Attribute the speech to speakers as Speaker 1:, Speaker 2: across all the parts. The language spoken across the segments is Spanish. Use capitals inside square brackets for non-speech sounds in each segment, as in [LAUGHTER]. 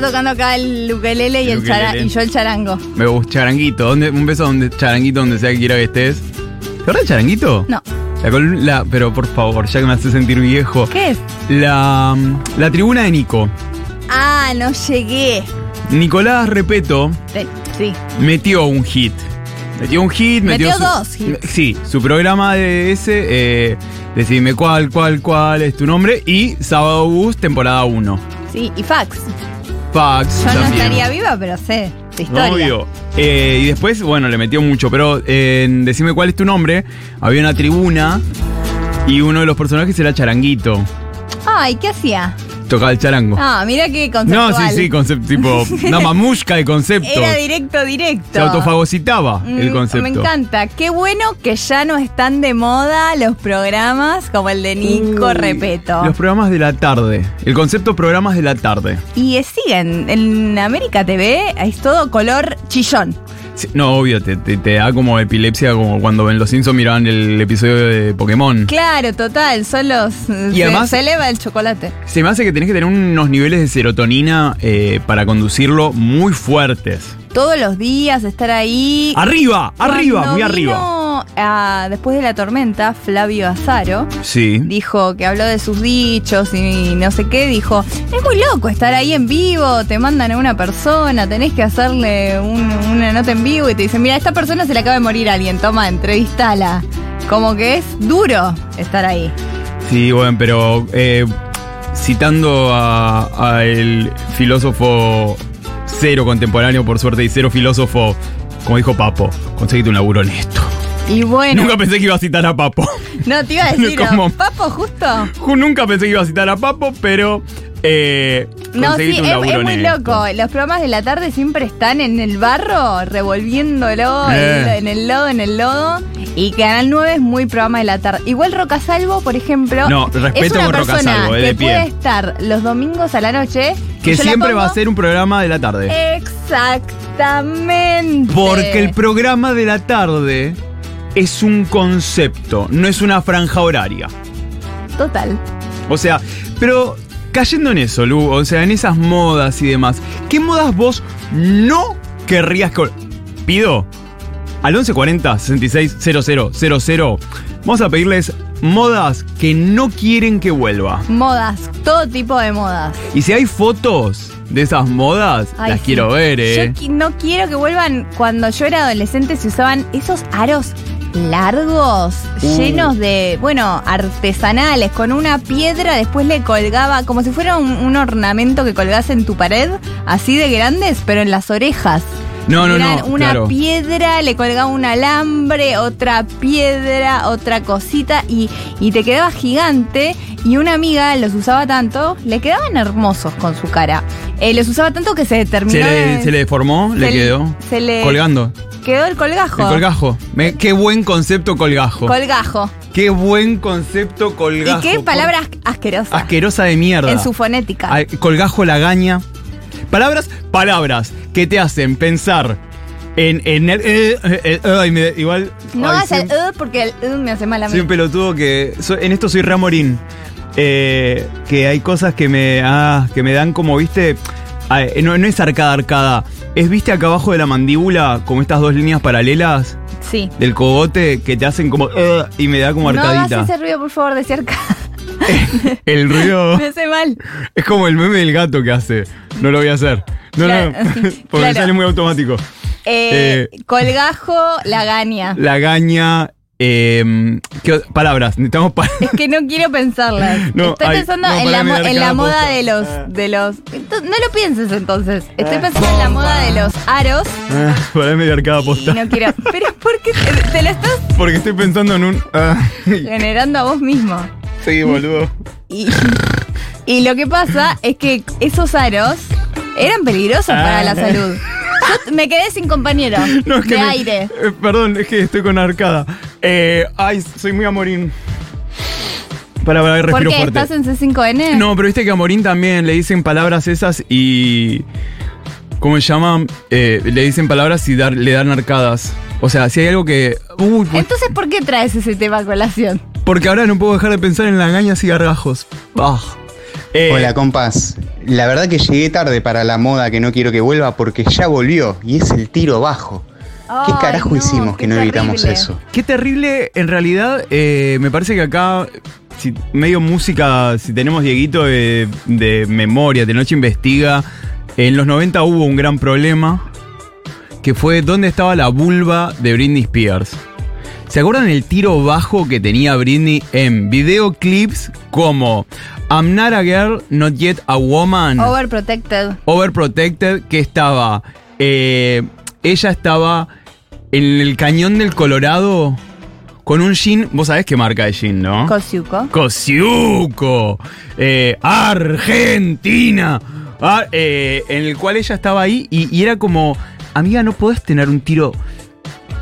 Speaker 1: tocando acá el ukelele y,
Speaker 2: El
Speaker 1: el chara-
Speaker 2: ukelele.
Speaker 1: y yo el charango.
Speaker 2: Me gusta Charanguito. ¿Dónde, un beso donde Charanguito, donde sea que quiera que estés. ¿Te acuerdas de Charanguito?
Speaker 1: No.
Speaker 2: La columna, la- pero por favor, ya que me hace sentir viejo.
Speaker 1: ¿Qué es?
Speaker 2: La, la tribuna de Nico.
Speaker 1: Ah, no llegué.
Speaker 2: Nicolás Repeto
Speaker 1: Re- Sí.
Speaker 2: metió un hit. Metió un hit, metió.
Speaker 1: Metió dos hits.
Speaker 2: Sí, su programa de ese, eh, decidime cuál, cuál, cuál es tu nombre. Y Sábado Bus, temporada 1.
Speaker 1: Sí, y fax.
Speaker 2: Fax.
Speaker 1: Yo no
Speaker 2: también.
Speaker 1: estaría viva, pero sé la historia.
Speaker 2: Obvio. Eh, y después, bueno, le metió mucho, pero en Decime cuál es tu nombre, había una tribuna y uno de los personajes era Charanguito.
Speaker 1: Ay, ¿qué hacía?
Speaker 2: Tocaba el charango.
Speaker 1: Ah, mira qué conceptual.
Speaker 2: Oh. no, sí, sí, concepto, tipo,
Speaker 1: [LAUGHS]
Speaker 2: una mamushka de concepto.
Speaker 1: Era directo, directo.
Speaker 2: Se autofagocitaba el
Speaker 1: Mm,
Speaker 2: concepto.
Speaker 1: Me encanta. Qué bueno que ya no están de moda los programas como el de Nico Repeto.
Speaker 2: Los programas de la tarde. El concepto programas de la tarde.
Speaker 1: Y eh, siguen, en América TV es todo color chillón.
Speaker 2: Sí, No, obvio, te, te- te da como epilepsia como cuando en Los Simpsons miraban el episodio de Pokémon.
Speaker 1: Claro, total, son los...
Speaker 2: Y
Speaker 1: se,
Speaker 2: además-
Speaker 1: se eleva el chocolate.
Speaker 2: Se me hace que tenés que tener unos niveles de serotonina eh, para conducirlo muy fuertes.
Speaker 1: Todos los días estar ahí.
Speaker 2: Arriba, arriba,
Speaker 1: Cuando
Speaker 2: muy
Speaker 1: vino,
Speaker 2: arriba.
Speaker 1: ah, después de la tormenta, Flavio Azaro
Speaker 2: Sí.
Speaker 1: dijo que habló de sus dichos y no sé qué. Dijo: Es muy loco estar ahí en vivo, te mandan a una persona, tenés que hacerle un- una nota en vivo y te dicen: Mira, a esta persona se le acaba de morir alguien, toma, entrevistala. Como que es duro estar ahí.
Speaker 2: Sí, bueno, pero eh, citando a, a el filósofo cero contemporáneo, por suerte, y cero filósofo, como dijo Papo, conseguiste un laburo honesto.
Speaker 1: Y bueno,
Speaker 2: Nunca pensé que iba a citar a Papo. [LAUGHS]
Speaker 1: no te iba a decir,
Speaker 2: ¿Cómo?
Speaker 1: ¿no? Papo, justo.
Speaker 2: Nunca pensé que iba a citar a Papo, pero eh,
Speaker 1: No, sí,
Speaker 2: conseguiste
Speaker 1: es,
Speaker 2: un laburo
Speaker 1: es muy
Speaker 2: honesto.
Speaker 1: loco. Los programas de la tarde siempre están en el barro, revolviéndolo
Speaker 2: Eh.
Speaker 1: en el lodo, en el lodo. Y Canal 9 es muy programa de la tarde. Igual Roca Salvo, por ejemplo,
Speaker 2: No, respeto
Speaker 1: es una
Speaker 2: con Roca
Speaker 1: persona
Speaker 2: Salvo, eh,
Speaker 1: que
Speaker 2: de pie.
Speaker 1: puede estar los domingos a la noche.
Speaker 2: Que
Speaker 1: y yo la
Speaker 2: siempre va a
Speaker 1: pongo-
Speaker 2: ser un programa de la tarde.
Speaker 1: Exactamente.
Speaker 2: Porque el programa de la tarde es un concepto, no es una franja horaria.
Speaker 1: Total.
Speaker 2: O sea, pero cayendo en eso, Lu, o sea, en esas modas y demás, ¿qué modas vos no querrías que... Pido al 1140 660000 vamos a pedirles modas que no quieren que vuelva.
Speaker 1: Modas, todo tipo de modas.
Speaker 2: Y si hay fotos de esas modas,
Speaker 1: Ay,
Speaker 2: las
Speaker 1: sí.
Speaker 2: quiero ver, eh.
Speaker 1: Yo qui- no quiero que vuelvan. Cuando yo era adolescente se usaban esos aros largos,
Speaker 2: Uh.
Speaker 1: llenos de, bueno, artesanales, con una piedra, después le colgaba, como si fuera un, un ornamento que colgase en tu pared, así de grandes, pero en las orejas.
Speaker 2: No, no,
Speaker 1: Eran
Speaker 2: no,
Speaker 1: Una
Speaker 2: claro.
Speaker 1: piedra, le colgaba un alambre, otra piedra, otra cosita y, y te quedaba gigante. Y una amiga los usaba tanto, le quedaban hermosos con su cara. Eh, los usaba tanto que se
Speaker 2: ¿Se
Speaker 1: determinó.
Speaker 2: le,
Speaker 1: de-
Speaker 2: se le deformó? ¿Le
Speaker 1: se
Speaker 2: quedó?
Speaker 1: Se le
Speaker 2: Colgando.
Speaker 1: quedó el colgajo.
Speaker 2: El colgajo. Me- qué buen concepto colgajo.
Speaker 1: Colgajo.
Speaker 2: qué buen concepto colgajo.
Speaker 1: y qué
Speaker 2: por-
Speaker 1: palabra as- asquerosa.
Speaker 2: asquerosa de mierda.
Speaker 1: En su fonética.
Speaker 2: Ay, colgajo lagaña. Palabras, palabras que te hacen pensar en, en el, eh, eh, eh, ay, me- igual
Speaker 1: no
Speaker 2: ay,
Speaker 1: hagas
Speaker 2: soy,
Speaker 1: el "uh", porque el "uh" me hace mal a mí.
Speaker 2: soy un pelotudo que soy- en esto soy Ramorín. Eh, que hay cosas que me ah, que me dan como viste ay, no, no es arcada arcada, es viste acá abajo de la mandíbula como estas dos líneas paralelas
Speaker 1: Sí.
Speaker 2: del cogote que te hacen como "Ugh", y me da como
Speaker 1: No hagas
Speaker 2: arcadita.
Speaker 1: ese ruido, por favor, de cerca. [LAUGHS]
Speaker 2: El ruido
Speaker 1: me hace mal.
Speaker 2: es como el meme del gato que hace. No lo voy a hacer. No, [LAUGHS]
Speaker 1: Claro,
Speaker 2: no, porque
Speaker 1: claro.
Speaker 2: sale muy automático.
Speaker 1: Eh,
Speaker 2: Eh,
Speaker 1: colgajo, lagaña.
Speaker 2: Lagaña, eh, ¿qué o- palabras, necesitamos
Speaker 1: [LAUGHS]
Speaker 2: pa- [LAUGHS]
Speaker 1: Es que no quiero pensarlas.
Speaker 2: No,
Speaker 1: Estoy
Speaker 2: ay,
Speaker 1: pensando
Speaker 2: no,
Speaker 1: en
Speaker 2: pará,
Speaker 1: la,
Speaker 2: me
Speaker 1: mo-
Speaker 2: da
Speaker 1: en la
Speaker 2: arcada
Speaker 1: moda
Speaker 2: posta.
Speaker 1: de los,
Speaker 3: Ah.
Speaker 1: de los. Ento- no lo pienses entonces. Estoy pensando en la moda de los aros.
Speaker 2: Ah, Para medio arcada
Speaker 1: Y
Speaker 2: posta. [LAUGHS]
Speaker 1: no quiero. Pero ¿por qué te, te lo estás
Speaker 2: Porque estoy pensando en un. ah, [LAUGHS]
Speaker 1: generando a vos mismo?
Speaker 2: sí, boludo.
Speaker 1: Y, y lo que pasa es que esos aros eran peligrosos para la
Speaker 2: Ah.
Speaker 1: salud.
Speaker 2: [LAUGHS]
Speaker 1: Yo me quedé sin compañero
Speaker 2: No, es que
Speaker 1: de
Speaker 2: me-
Speaker 1: aire.
Speaker 2: eh, perdón, es que estoy con arcada. Eh, ay, soy muy amorín. Para, para,
Speaker 1: ¿Por
Speaker 2: respiro
Speaker 1: qué
Speaker 2: fuerte.
Speaker 1: estás en C5N?
Speaker 2: No, pero viste que a Morín también le dicen palabras esas y. ¿Cómo se llama? Eh, le dicen palabras y dar, le dan arcadas. O sea, si hay algo que. Uy, pues,
Speaker 1: Entonces, ¿por qué traes ese tema a colación?
Speaker 2: porque ahora no puedo dejar de pensar en las gañas y gargajos. Ah. Eh,
Speaker 3: Hola compas, la verdad que llegué tarde para la moda que no quiero que vuelva porque ya volvió y es el tiro bajo. ¿Qué
Speaker 1: Ay,
Speaker 3: carajo
Speaker 1: no,
Speaker 3: hicimos que
Speaker 1: qué
Speaker 3: no evitamos
Speaker 1: terrible.
Speaker 3: eso?
Speaker 2: Qué terrible, en realidad, eh, me parece que acá, si- medio música, si tenemos Dieguito eh, de memoria, de noche investiga, en los 90 hubo un gran problema, que fue dónde estaba la vulva de Britney Spears. ¿Se acuerdan el tiro bajo que tenía Britney en videoclips como I'm not a girl, not yet a woman?
Speaker 1: Oh, Overprotected.
Speaker 2: Overprotected que estaba. eh, ella estaba en el cañón del Colorado con un jean. Vos sabés qué marca de jean, ¿no?
Speaker 1: Cosiuco.
Speaker 2: Cosiuco. eh, Argentina. ah, eh, en el cual ella estaba ahí y, y era como. Amiga, no podés tener un tiro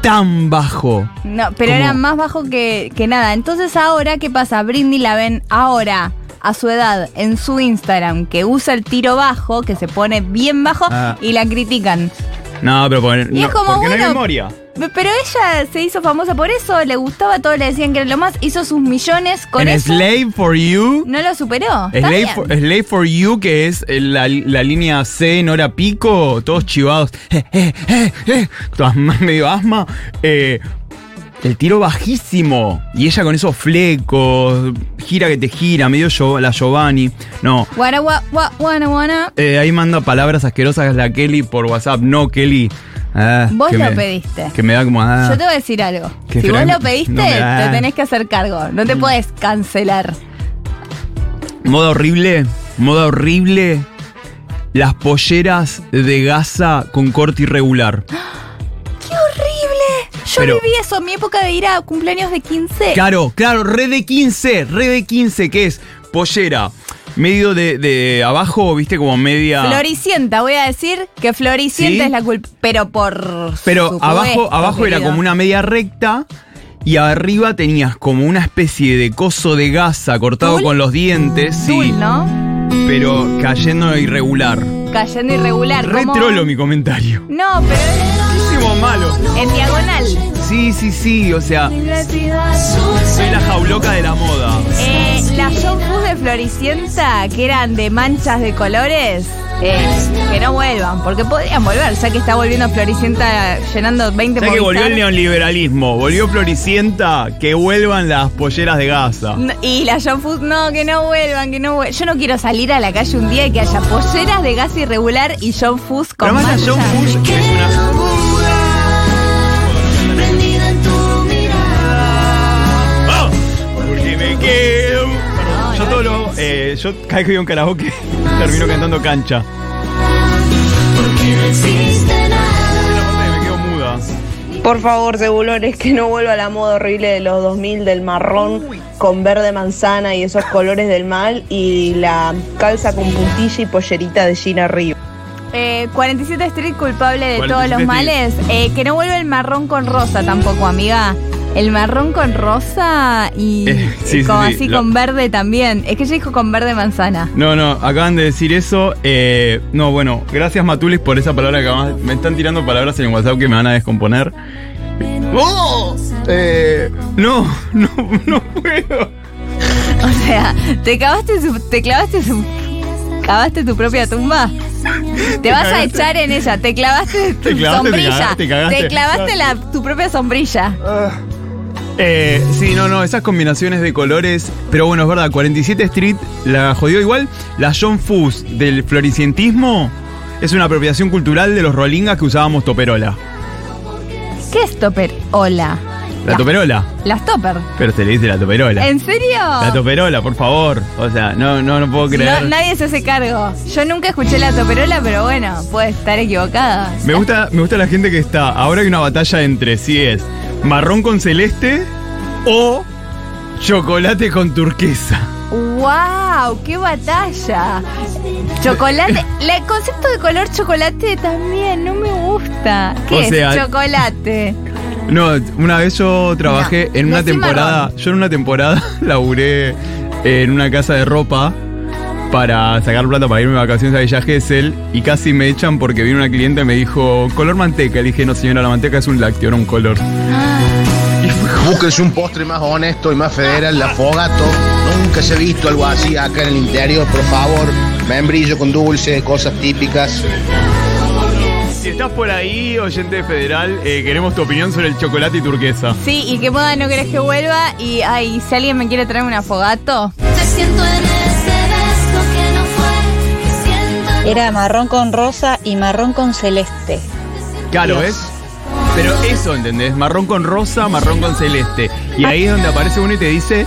Speaker 2: tan bajo.
Speaker 1: No, pero
Speaker 2: ¿Cómo?
Speaker 1: era más bajo que, que nada. Entonces ahora, ¿qué pasa? Britney la ven ahora, a su edad, en su Instagram, que usa el tiro bajo, que se pone bien bajo,
Speaker 2: Ah.
Speaker 1: y la critican.
Speaker 2: No, pero por-
Speaker 1: Y es
Speaker 2: no,
Speaker 1: como,
Speaker 2: porque no
Speaker 1: bueno,
Speaker 2: hay memoria.
Speaker 1: Pe- Pero ella se hizo famosa por eso, le gustaba todo, le decían que era lo más, hizo sus millones con
Speaker 2: en
Speaker 1: eso.
Speaker 2: Slave for You.
Speaker 1: No lo superó. Está
Speaker 2: Slave
Speaker 1: bien.
Speaker 2: for, Slave for You, que es eh, la, la línea C en hora pico, todos chivados, eh, eh, eh, eh, todas más medio asma. eh, el tiro bajísimo. Y ella con esos flecos, gira que te gira, medio Gio- la Giovanni. No.
Speaker 1: Guara, gua, gua, guana, guana.
Speaker 2: eh, ahí manda palabras asquerosas la Kelly por WhatsApp. No, Kelly. Ah,
Speaker 1: Vos
Speaker 2: que
Speaker 1: lo
Speaker 2: me-
Speaker 1: pediste.
Speaker 2: Que me da como. ah.
Speaker 1: Yo te voy a decir algo.
Speaker 2: Que
Speaker 1: Si vos
Speaker 2: Fran-
Speaker 1: lo pediste,
Speaker 2: no me Mm. da.
Speaker 1: te tenés que hacer cargo. No te puedes cancelar.
Speaker 2: Moda horrible, moda horrible. Las polleras de gasa con corte irregular.
Speaker 1: ¡Horrible! Yo
Speaker 2: Pero-
Speaker 1: viví eso en mi época de ir a cumpleaños de 15.
Speaker 2: Claro, claro, red de 15, red de 15, que es pollera, medio de, de abajo, viste, como media.
Speaker 1: Floricienta, voy a decir que Floricienta
Speaker 2: Sí.
Speaker 1: es la culpa. Pero por.
Speaker 2: pero
Speaker 1: supuesto,
Speaker 2: abajo, abajo era
Speaker 1: querido.
Speaker 2: como una media recta y arriba tenías como una especie de coso de gasa cortado
Speaker 1: ¿Tul?
Speaker 2: con los dientes, sí,
Speaker 1: Azul, ¿no?
Speaker 2: pero cayendo irregular.
Speaker 1: Cayendo irregular. como-
Speaker 2: Retrolo mi comentario.
Speaker 1: No, pero
Speaker 2: Muchísimo malo.
Speaker 1: en diagonal.
Speaker 2: Sí, sí, sí, o sea, soy la jauloca de la moda.
Speaker 1: Eh, las show food de Floricienta, que eran de manchas de colores, eh, que no vuelvan, porque podrían volver, ya que está volviendo Floricienta llenando 20
Speaker 2: Ya que volvió
Speaker 1: Movistar.
Speaker 2: el neoliberalismo, volvió Floricienta, que vuelvan las polleras de gasa.
Speaker 1: No, Y la John Food, no, que no vuelvan, que no vuelvan. Yo no quiero salir a la calle un día y que haya polleras de gas irregular y John Food con
Speaker 2: Pero además la John
Speaker 1: manchas.
Speaker 2: Bush es una.
Speaker 4: Prendida en tu mirada.
Speaker 2: ¡Ah! Porque me quedo. Perdón, yo todo lo. eh, yo cada vez que voy a un karaoke [LAUGHS] termino cantando cancha.
Speaker 4: Porque no existe nada.
Speaker 2: Esa parte me quedo muda.
Speaker 5: Por favor, segulores, que no vuelva la moda horrible de los 2000 del marrón con verde manzana y esos colores del mal y la calza con puntilla y pollerita de Gina Río.
Speaker 1: Eh, 47 Street culpable de
Speaker 2: 47
Speaker 1: todos los
Speaker 2: Street.
Speaker 1: males. Eh, que no vuelva el marrón con rosa tampoco, amiga. El marrón con rosa y,
Speaker 2: Eh, [LAUGHS] sí,
Speaker 1: y
Speaker 2: sí,
Speaker 1: como
Speaker 2: sí,
Speaker 1: así
Speaker 2: lo-
Speaker 1: con verde también. Es que ella dijo con verde manzana.
Speaker 2: No, no, acaban de decir eso. eh, no, bueno, gracias Matulis por esa palabra que además me están tirando palabras en el WhatsApp que me van a descomponer. ¡Oh! Eh, no, no, no puedo.
Speaker 1: [LAUGHS] O sea, te cavaste su- te clavaste su- cavaste tu propia tumba. Te vas a
Speaker 2: cagaste.
Speaker 1: echar en ella, te clavaste tu
Speaker 2: [LAUGHS] Te clavaste, te
Speaker 1: sombrilla,
Speaker 2: cagaste, te cagaste.
Speaker 1: clavaste la- tu propia sombrilla.
Speaker 2: Eh, sí, no, no, esas combinaciones de colores. Pero bueno, es verdad, 47 Street la jodió igual. La John Fuss del floricientismo es una apropiación cultural de los rolingas que usábamos toperola.
Speaker 1: ¿Qué es topper? Hola.
Speaker 2: La
Speaker 1: Las-
Speaker 2: toperola.
Speaker 1: Las topper.
Speaker 2: Pero te le dice la toperola.
Speaker 1: ¿En serio?
Speaker 2: La toperola, por favor. O sea, no, no, no puedo creer.
Speaker 1: No, nadie se hace cargo. Yo nunca escuché la toperola, pero bueno, puede estar equivocada.
Speaker 2: Me gusta, me gusta la gente que está. Ahora hay una batalla entre si es marrón con celeste o chocolate con turquesa.
Speaker 1: ¡Wow! ¡Qué batalla! Chocolate. La- el concepto de color chocolate también no me gusta. ¿Qué
Speaker 2: O
Speaker 1: es
Speaker 2: sea-
Speaker 1: chocolate?
Speaker 2: No, una vez yo trabajé
Speaker 1: No,
Speaker 2: en una
Speaker 1: decí
Speaker 2: temporada,
Speaker 1: marrón.
Speaker 2: yo en una temporada [LAUGHS] laburé en una casa de ropa para sacar plata para irme de vacaciones a Villa Gesell y casi me echan porque vino una cliente y me dijo color manteca. Le dije, no señora, la manteca es un lácteo, no un color. Y
Speaker 6: Búsquense un postre más honesto y más federal, la fogato. Nunca se ha visto algo así acá en el interior, por favor. Membrillo con dulce, cosas típicas.
Speaker 2: Si estás por ahí, oyente federal, eh, queremos tu opinión sobre el chocolate y turquesa.
Speaker 1: Sí, y qué moda no querés que vuelva. Y ay, si alguien me quiere traer un afogato.
Speaker 4: Te siento en ese beso que no fue, que siento
Speaker 7: Eh.
Speaker 4: en
Speaker 8: Era marrón con rosa y marrón con celeste.
Speaker 2: Claro, ¿ves? Pero eso, ¿entendés? Marrón con rosa, marrón con celeste. Y ahí es donde aparece uno y te dice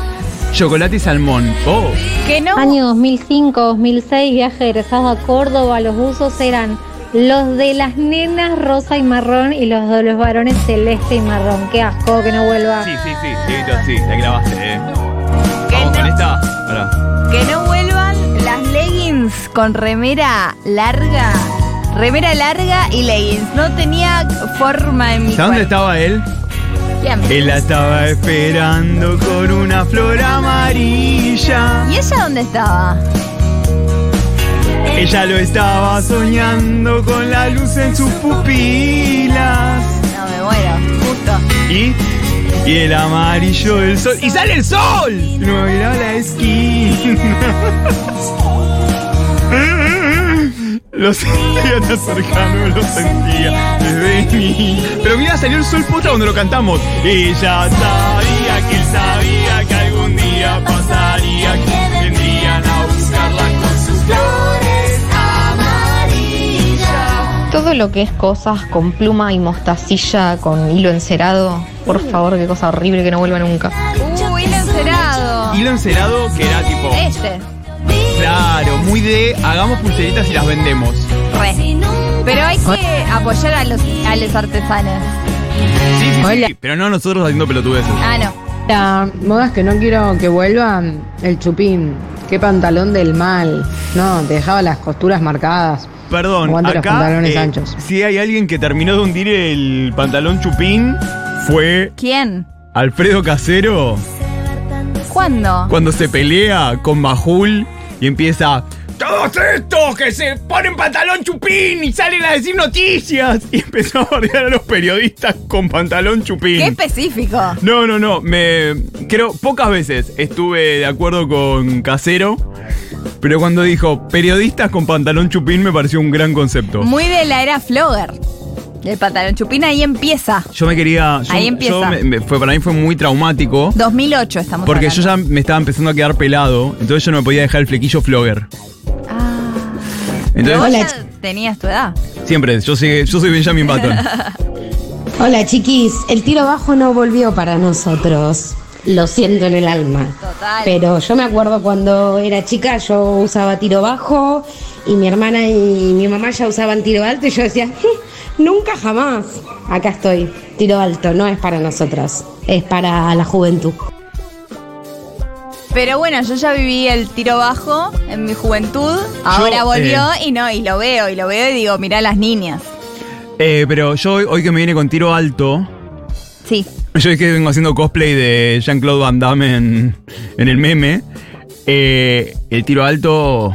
Speaker 2: chocolate y salmón. Oh,
Speaker 1: Que no.
Speaker 9: Año 2005, 2006, viaje egresado a Córdoba, los usos eran los de las nenas rosa y marrón y los de los varones celeste y marrón. Qué asco que no vuelva.
Speaker 2: sí, sí, sí, Dieguito, sí, la grabaste, eh. Vamos con esta. Pará.
Speaker 1: Que no vuelvan las leggings con remera larga. Remera larga y leggings. No tenía forma en mi
Speaker 2: ¿Sabes dónde
Speaker 1: cuerpo.
Speaker 2: estaba él?
Speaker 1: Ya me-
Speaker 2: Él la estaba esperando con una flor amarilla.
Speaker 1: ¿Y ella dónde estaba?
Speaker 2: Ella lo estaba soñando con la luz en sus pupilas.
Speaker 1: No, me muero. Justo.
Speaker 2: Y, y el amarillo del sol. ¡Y sale el sol! No miraba la esquina. [LAUGHS] Lo sentía tan cercano, lo sentía desde mí. Pero mira, salió el sol posta cuando lo cantamos. Ella sabía que él sabía que algún día pasaría, que vendrían a buscarla con sus flores amarillas.
Speaker 10: Todo lo que es cosas con pluma y mostacilla, con hilo encerado, por favor, qué cosa horrible que no vuelva nunca.
Speaker 1: Uh, hilo encerado.
Speaker 2: Hilo encerado que era tipo.
Speaker 1: Este.
Speaker 2: Claro, muy de hagamos pulseritas y las vendemos.
Speaker 1: Re. Pero hay que apoyar a los, a los artesanos.
Speaker 2: Sí, sí,
Speaker 11: Hola.
Speaker 2: sí, pero no nosotros haciendo pelotudeces.
Speaker 1: Ah, no.
Speaker 11: Las modas que no quiero que vuelvan, el chupín. Qué pantalón del mal. No, te dejaba las costuras marcadas.
Speaker 2: Perdón,
Speaker 11: Aguante los
Speaker 2: acá
Speaker 11: pantalones
Speaker 2: eh,
Speaker 11: anchos.
Speaker 2: si hay alguien que terminó de hundir el pantalón chupín fue
Speaker 1: ¿Quién?
Speaker 2: Alfredo Casero
Speaker 1: ¿Cuándo?
Speaker 2: cuando se pelea con Majul y empieza todos estos que se ponen pantalón chupín y salen a decir noticias y empezó a bardear a los periodistas con pantalón chupín.
Speaker 1: Qué específico.
Speaker 2: No, no, no. Me creo pocas veces estuve de acuerdo con Casero, pero cuando dijo periodistas con pantalón chupín me pareció un gran concepto.
Speaker 1: Muy de la era Flogger. El pantalón chupín ahí empieza.
Speaker 2: Yo me quería. yo-
Speaker 1: Ahí empieza.
Speaker 2: yo me- me- fue, para mí fue muy traumático.
Speaker 1: 2008 estamos
Speaker 2: Porque yo
Speaker 1: hablando.
Speaker 2: ya me estaba empezando a quedar pelado, entonces yo no me podía dejar el flequillo flogger.
Speaker 1: Pero vos
Speaker 2: Entonces,
Speaker 1: ya tenías tu edad.
Speaker 2: siempre, yo soy, yo soy Benjamin
Speaker 1: [LAUGHS]
Speaker 2: Button.
Speaker 12: Hola chiquis, el tiro bajo no volvió para nosotros. Lo siento en el alma.
Speaker 1: Total.
Speaker 12: Pero yo me acuerdo cuando era chica, yo usaba tiro bajo y mi hermana y mi mamá ya usaban tiro alto y yo decía, "Je, nunca jamás. Acá estoy, tiro alto, no es para nosotros, es para la juventud.
Speaker 1: Pero bueno, yo ya viví el tiro bajo en mi juventud.
Speaker 2: Yo,
Speaker 1: Ahora
Speaker 2: eh,
Speaker 1: volvió y no, y lo veo, y lo veo y digo, mirá las niñas.
Speaker 2: Eh, pero yo hoy, hoy que me viene con tiro alto,
Speaker 1: Sí.
Speaker 2: Yo es que vengo haciendo cosplay de Jean-Claude Van Damme en, en el meme. Eh, el tiro alto,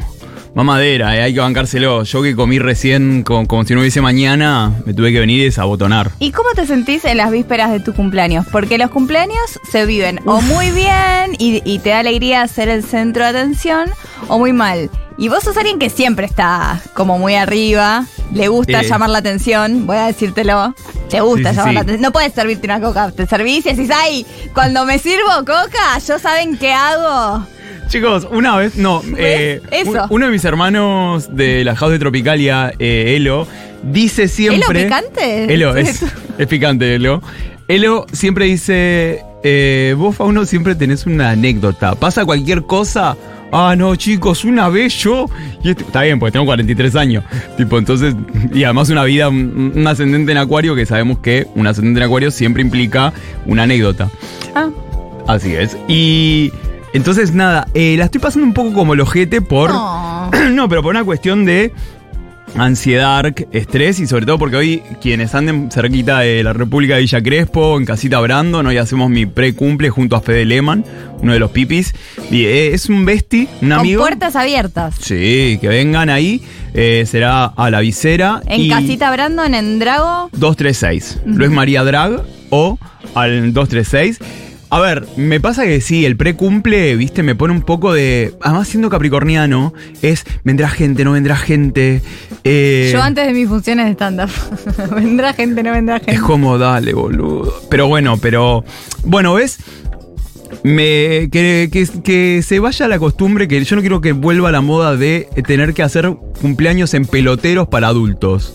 Speaker 2: mamadera, eh, hay que bancárselo. Yo que comí recién co- como, si no hubiese mañana, me tuve que venir y desabotonar.
Speaker 1: ¿Y cómo te sentís en las vísperas de tu cumpleaños? Porque los cumpleaños se viven o muy bien y, y te da alegría ser el centro de atención o muy mal. Y vos sos alguien que siempre está como muy arriba, le gusta
Speaker 2: Sí.
Speaker 1: llamar la atención, voy a decírtelo. Te
Speaker 2: Sí,
Speaker 1: gusta
Speaker 2: sí,
Speaker 1: llamar la
Speaker 2: sí.
Speaker 1: atención. No puedes servirte una coca, te servís y decís, ay, cuando me sirvo coca, yo saben qué hago.
Speaker 2: Chicos, una vez, no, eh,
Speaker 1: Eso.
Speaker 2: un- uno de mis hermanos de la House de Tropicalia, eh, Elo, dice siempre...
Speaker 1: ¿Elo picante?
Speaker 2: Elo, es, es picante, Elo. Elo siempre dice, eh, vos, Fauno, siempre tenés una anécdota. Pasa cualquier cosa. Ah, no, chicos, una vez yo... y este- está bien, pues tengo 43 años. Tipo, entonces... Y además una vida, un, un ascendente en acuario, que sabemos que un ascendente en acuario siempre implica una anécdota.
Speaker 1: Ah.
Speaker 2: Así es. Y... Entonces, nada, eh, la estoy pasando un poco como el ojete por...
Speaker 1: No.
Speaker 2: [CLEARS THROAT] No, pero por una cuestión de ansiedad, estrés y sobre todo porque hoy quienes anden cerquita de la República de Villa Crespo, en Casita Brandon, hoy hacemos mi pre-cumple junto a Fede Lehmann, uno de los pipis. Y eh, es un besti, un amigo.
Speaker 1: Con puertas abiertas.
Speaker 2: Sí, que vengan ahí. eh, será a la visera.
Speaker 1: En
Speaker 2: y
Speaker 1: Casita Brandon, en Drago.
Speaker 2: 236. Luis María Drag o al 236. A ver, me pasa que sí, el precumple, viste, me pone un poco de. Además, siendo capricorniano, es vendrá gente, no vendrá gente. eh,
Speaker 1: Yo antes de mis funciones de stand-up. [LAUGHS] vendrá gente, no vendrá gente.
Speaker 2: Es como, dale, boludo. Pero bueno, pero. Bueno, ¿ves? Me, que, que- que se vaya la costumbre, que yo no quiero que vuelva la moda de tener que hacer cumpleaños en peloteros para adultos.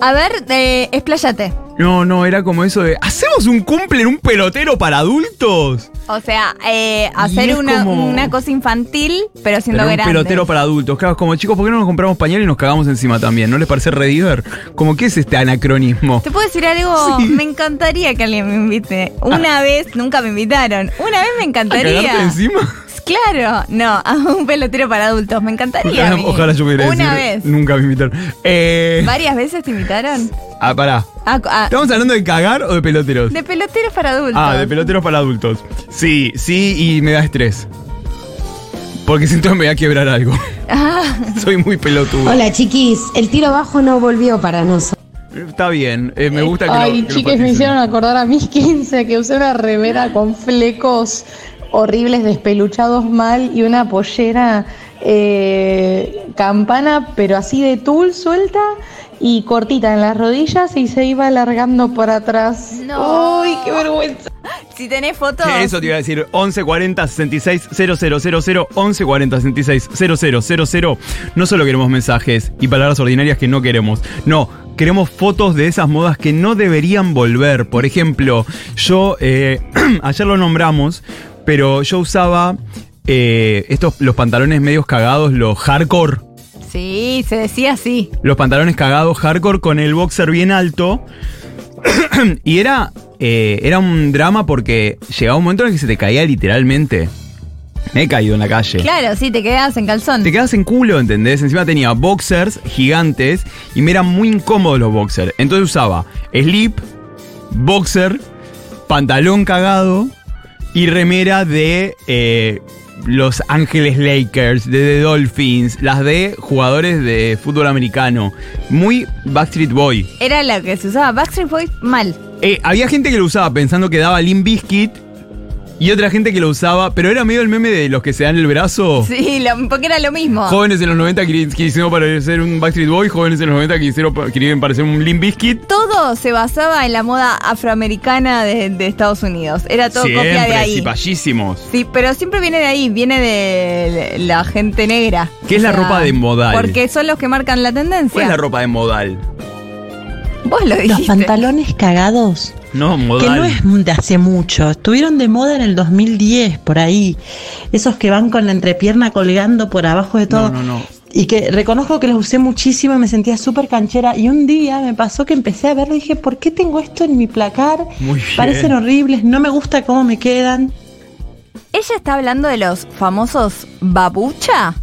Speaker 1: A ver, eh, expláyate.
Speaker 2: No, no, era como eso de. ¿Hacemos un cumple en un pelotero para adultos?
Speaker 1: O sea, eh,
Speaker 2: Y
Speaker 1: hacer
Speaker 2: es
Speaker 1: una,
Speaker 2: como-
Speaker 1: una cosa infantil, pero siendo
Speaker 2: Pero un
Speaker 1: grande.
Speaker 2: pelotero para adultos. Claro, es como chicos, ¿por qué no nos compramos pañal y nos cagamos encima también? ¿No les parece rediver? Como, ¿qué es este anacronismo?
Speaker 1: ¿Te puedo decir algo? Me encantaría que alguien me invite.
Speaker 2: Ah.
Speaker 1: Una vez, nunca me invitaron. Una vez me
Speaker 2: ¿A cagarte
Speaker 1: encantaría.
Speaker 2: encima?
Speaker 1: Claro, no, a un pelotero para adultos.
Speaker 2: [LAUGHS]
Speaker 1: Me encantaría. a mí.
Speaker 2: Ojalá yo me hubiera
Speaker 1: Una
Speaker 2: decir,
Speaker 1: vez.
Speaker 2: Nunca me invitaron. Eh,
Speaker 1: ¿Varias veces te invitaron?
Speaker 2: ah, pará.
Speaker 1: Ah, ah,
Speaker 2: ¿Estamos hablando de cagar o de peloteros?
Speaker 1: de peloteros para adultos.
Speaker 2: Ah, de peloteros para adultos. Sí, sí, y me da estrés. Porque siento que me voy a quebrar algo.
Speaker 12: Ah.
Speaker 2: [LAUGHS] Soy muy pelotudo.
Speaker 12: Hola chiquis, el tiro bajo no volvió para nosotros.
Speaker 2: Está bien, eh, me gusta que lo- que
Speaker 11: Ay,
Speaker 2: lo
Speaker 11: chicas, me
Speaker 2: patricen.
Speaker 11: hicieron acordar a mis [LAUGHS] 15 que usé una remera con flecos horribles, despeluchados mal y una pollera eh, campana, pero así de tul suelta y cortita en las rodillas y se iba alargando por atrás.
Speaker 1: No.
Speaker 11: ¡Uy, qué vergüenza!
Speaker 1: Si tenés fotos.
Speaker 2: Sí, [LAUGHS] eso te iba a decir. 1140 66 000 1140 66 000. No solo queremos mensajes y palabras ordinarias que no queremos. No, queremos fotos de esas modas que no deberían volver. Por ejemplo, yo eh, [CLEARS THROAT] ayer lo nombramos, pero yo usaba eh, estos los pantalones medios cagados, los hardcore.
Speaker 1: Sí, se decía así.
Speaker 2: Los pantalones cagados hardcore con el boxer bien alto. [CLEARS THROAT] y era, eh, era un drama porque llegaba un momento en el que se te caía literalmente. Me he caído en la calle.
Speaker 1: Claro, sí, te quedabas en calzón.
Speaker 2: Te quedas en culo, ¿entendés? Encima tenía boxers gigantes y me eran muy incómodos los boxers. Entonces usaba slip, boxer, pantalón cagado y remera de eh, Los Ángeles Lakers, de The Dolphins, las de jugadores de fútbol americano. Muy Backstreet Boy.
Speaker 1: Era la que se usaba Backstreet Boys mal.
Speaker 2: Eh, había gente que lo usaba pensando que daba Limp Biscuit y otra gente que lo usaba, pero era medio el meme de los que se dan el brazo.
Speaker 1: [LAUGHS] Sí, lo- porque era lo mismo.
Speaker 2: Jóvenes en los 90 que que hicieron parecer un Backstreet Boy, jóvenes en los 90 que hicieron pa- querían parecer un Limp Bizkit.
Speaker 1: Todo se basaba en la moda afroamericana de, de Estados Unidos. Era todo copia de
Speaker 2: Siempre,
Speaker 1: ahí.
Speaker 2: cipallísimos.
Speaker 1: Sí, pero siempre viene de ahí, viene de la gente negra.
Speaker 2: ¿Qué es la ropa de modal?
Speaker 1: Porque son los que marcan la tendencia.
Speaker 2: ¿Cuál es la ropa de modal?
Speaker 1: Vos lo dijiste.
Speaker 13: Los pantalones cagados.
Speaker 2: No,
Speaker 13: Que
Speaker 2: modal.
Speaker 13: no es de hace mucho. Estuvieron de moda en el 2010, por ahí. Esos que van con la entrepierna colgando por abajo de todo.
Speaker 2: No, no, no.
Speaker 13: Y que reconozco que los usé muchísimo y me sentía súper canchera. Y un día me pasó que empecé a verlo y dije, ¿por qué tengo esto en mi placar?
Speaker 2: Muy bien.
Speaker 13: Parecen horribles, no me gusta cómo me quedan.
Speaker 1: Ella está hablando de los famosos babucha.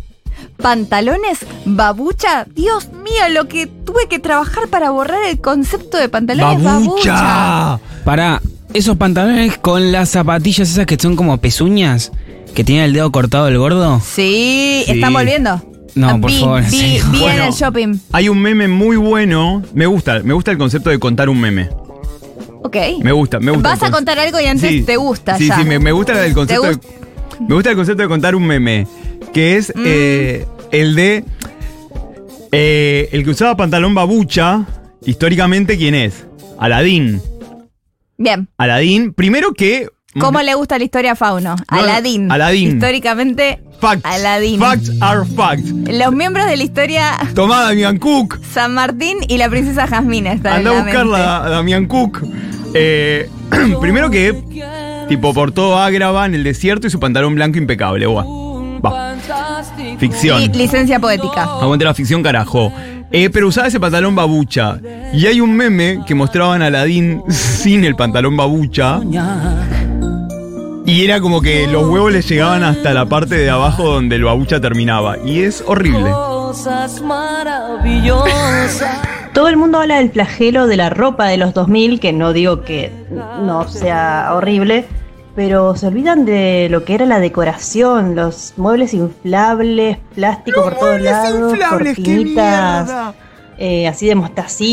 Speaker 1: Pantalones babucha. Dios mío, lo que tuve que trabajar para borrar el concepto de pantalones babucha.
Speaker 14: Para Ah, esos pantalones con las zapatillas esas que son como pezuñas, que tiene el dedo cortado el gordo.
Speaker 1: Sí,
Speaker 14: Sí.
Speaker 1: están volviendo. Ah,
Speaker 14: No, por
Speaker 1: vi,
Speaker 14: favor. en
Speaker 1: vi,
Speaker 14: serio.
Speaker 1: vi en
Speaker 2: Bueno.
Speaker 1: el shopping.
Speaker 2: Hay un meme muy bueno. Me gusta, me gusta el concepto de contar un meme.
Speaker 1: Ok.
Speaker 2: Me gusta, me gusta.
Speaker 1: Vas a
Speaker 2: el
Speaker 1: contar algo y antes
Speaker 2: Sí,
Speaker 1: te gusta
Speaker 2: Sí,
Speaker 1: ya.
Speaker 2: sí, me, me gusta el concepto
Speaker 1: ¿Te
Speaker 2: de, Me gusta el concepto de contar un meme. Que
Speaker 1: Mm.
Speaker 2: es eh, el de. eh, el que usaba pantalón babucha. Históricamente, ¿quién es? Aladín.
Speaker 1: Bien.
Speaker 2: Aladín, primero que.
Speaker 1: ¿Cómo le gusta la historia a Fauno?
Speaker 2: Mm. No, no,
Speaker 1: Aladín.
Speaker 2: Aladín.
Speaker 1: Históricamente, Aladín.
Speaker 2: Facts are facts.
Speaker 1: Los miembros de la historia
Speaker 2: Tomá, Damián Cook.
Speaker 1: San Martín y la princesa Jasmina están
Speaker 2: Andá a
Speaker 1: en la mente.
Speaker 2: buscarla, a Damián Cook. Eh, [CLEARS THROAT] primero que. Tipo, por todo Ágrava en el desierto y su pantalón blanco impecable. Buah. Va. Ficción.
Speaker 1: Y licencia poética.
Speaker 2: Aguante la ficción, carajo. Eh, pero usaba ese pantalón babucha. Y hay un meme que mostraban a Aladín [LAUGHS] sin el pantalón babucha. Y era como que los huevos le llegaban hasta la parte de abajo donde el babucha terminaba. Y es horrible.
Speaker 15: Cosas maravillosas.
Speaker 16: Todo el mundo habla del flagelo de la ropa de los 2000, que no digo que no sea horrible, pero se olvidan de lo que era la decoración, los muebles inflables, plástico por todos lados,
Speaker 4: inflables, qué
Speaker 16: cortinitas. eh, así de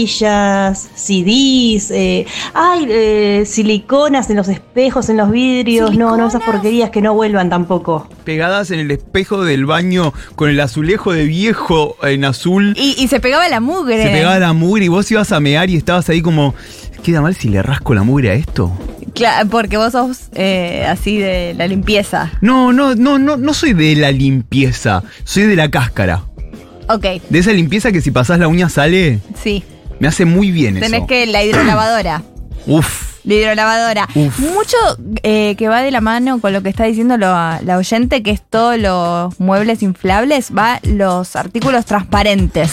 Speaker 16: mostacillas, CDs, eh, ay, eh, siliconas en los espejos, en los vidrios, no, no, esas porquerías que no vuelvan tampoco.
Speaker 2: Pegadas en el espejo del baño con el azulejo de viejo en azul.
Speaker 1: Y, y se pegaba la mugre.
Speaker 2: Se pegaba la mugre y vos ibas a mear y estabas ahí como, ¿queda mal si le rasco la mugre a esto?
Speaker 1: Cla- porque vos sos eh, así de la limpieza.
Speaker 2: No, no, no, no, no soy de la limpieza, soy de la cáscara.
Speaker 1: Ok,
Speaker 2: De esa limpieza que si pasás la uña sale,
Speaker 1: sí.
Speaker 2: me hace muy bien eso.
Speaker 1: Tenés que la hidrolavadora.
Speaker 2: Uf,
Speaker 1: La hidrolavadora.
Speaker 2: Uf.
Speaker 1: Mucho eh, que va de la mano con lo que está diciendo lo- la oyente, que es todos los muebles inflables, va los artículos transparentes.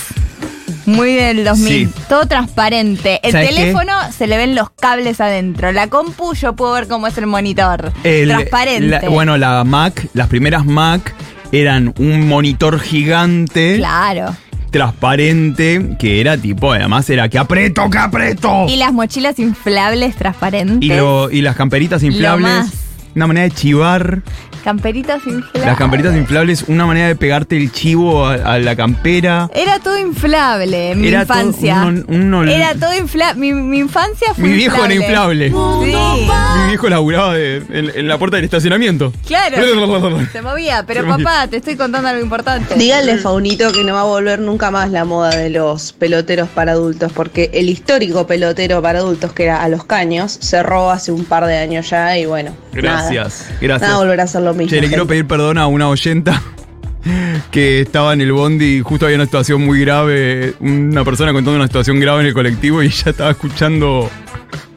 Speaker 1: Muy del 2000.
Speaker 2: Sí.
Speaker 1: Todo transparente. El
Speaker 2: ¿Sabes qué?
Speaker 1: teléfono se le ven los cables adentro. La compu yo puedo ver cómo es el monitor.
Speaker 2: el-
Speaker 1: transparente.
Speaker 2: la- bueno, la Mac, las primeras Mac eran un monitor gigante.
Speaker 1: Claro.
Speaker 2: transparente, que era tipo, además era que aprieto, que aprieto.
Speaker 1: Y las mochilas inflables transparentes.
Speaker 2: Y, lo- y las camperitas inflables.
Speaker 1: más.
Speaker 2: Una manera de chivar.
Speaker 1: Camperitas inflables.
Speaker 2: Las camperitas inflables, una manera de pegarte el chivo a, a la campera.
Speaker 1: Era todo inflable en mi
Speaker 2: Era todo
Speaker 1: infancia.
Speaker 2: un- un ol-
Speaker 1: Era todo inflable. Mi, mi infancia fue
Speaker 2: Mi viejo era inflable.
Speaker 1: Sí,
Speaker 2: Mi viejo laburaba de- en, en la puerta del estacionamiento. [LAUGHS]
Speaker 1: claro. se movía, pero
Speaker 2: Se movía.
Speaker 1: papá, te estoy contando algo importante.
Speaker 5: Díganle, Faunito, que no va a volver nunca más la moda de los peloteros para adultos, porque el histórico pelotero para adultos, que era a los caños, cerró hace un par de años ya y bueno.
Speaker 2: Gracias,
Speaker 5: nada.
Speaker 2: gracias.
Speaker 5: Nada volverá a ser lo mismo.
Speaker 2: Che, le quiero
Speaker 5: gente.
Speaker 2: pedir perdón a una oyenta [LAUGHS] que estaba en el bondi y justo había una situación muy grave, una persona contando una situación grave en el colectivo y ya estaba escuchando. [LAUGHS]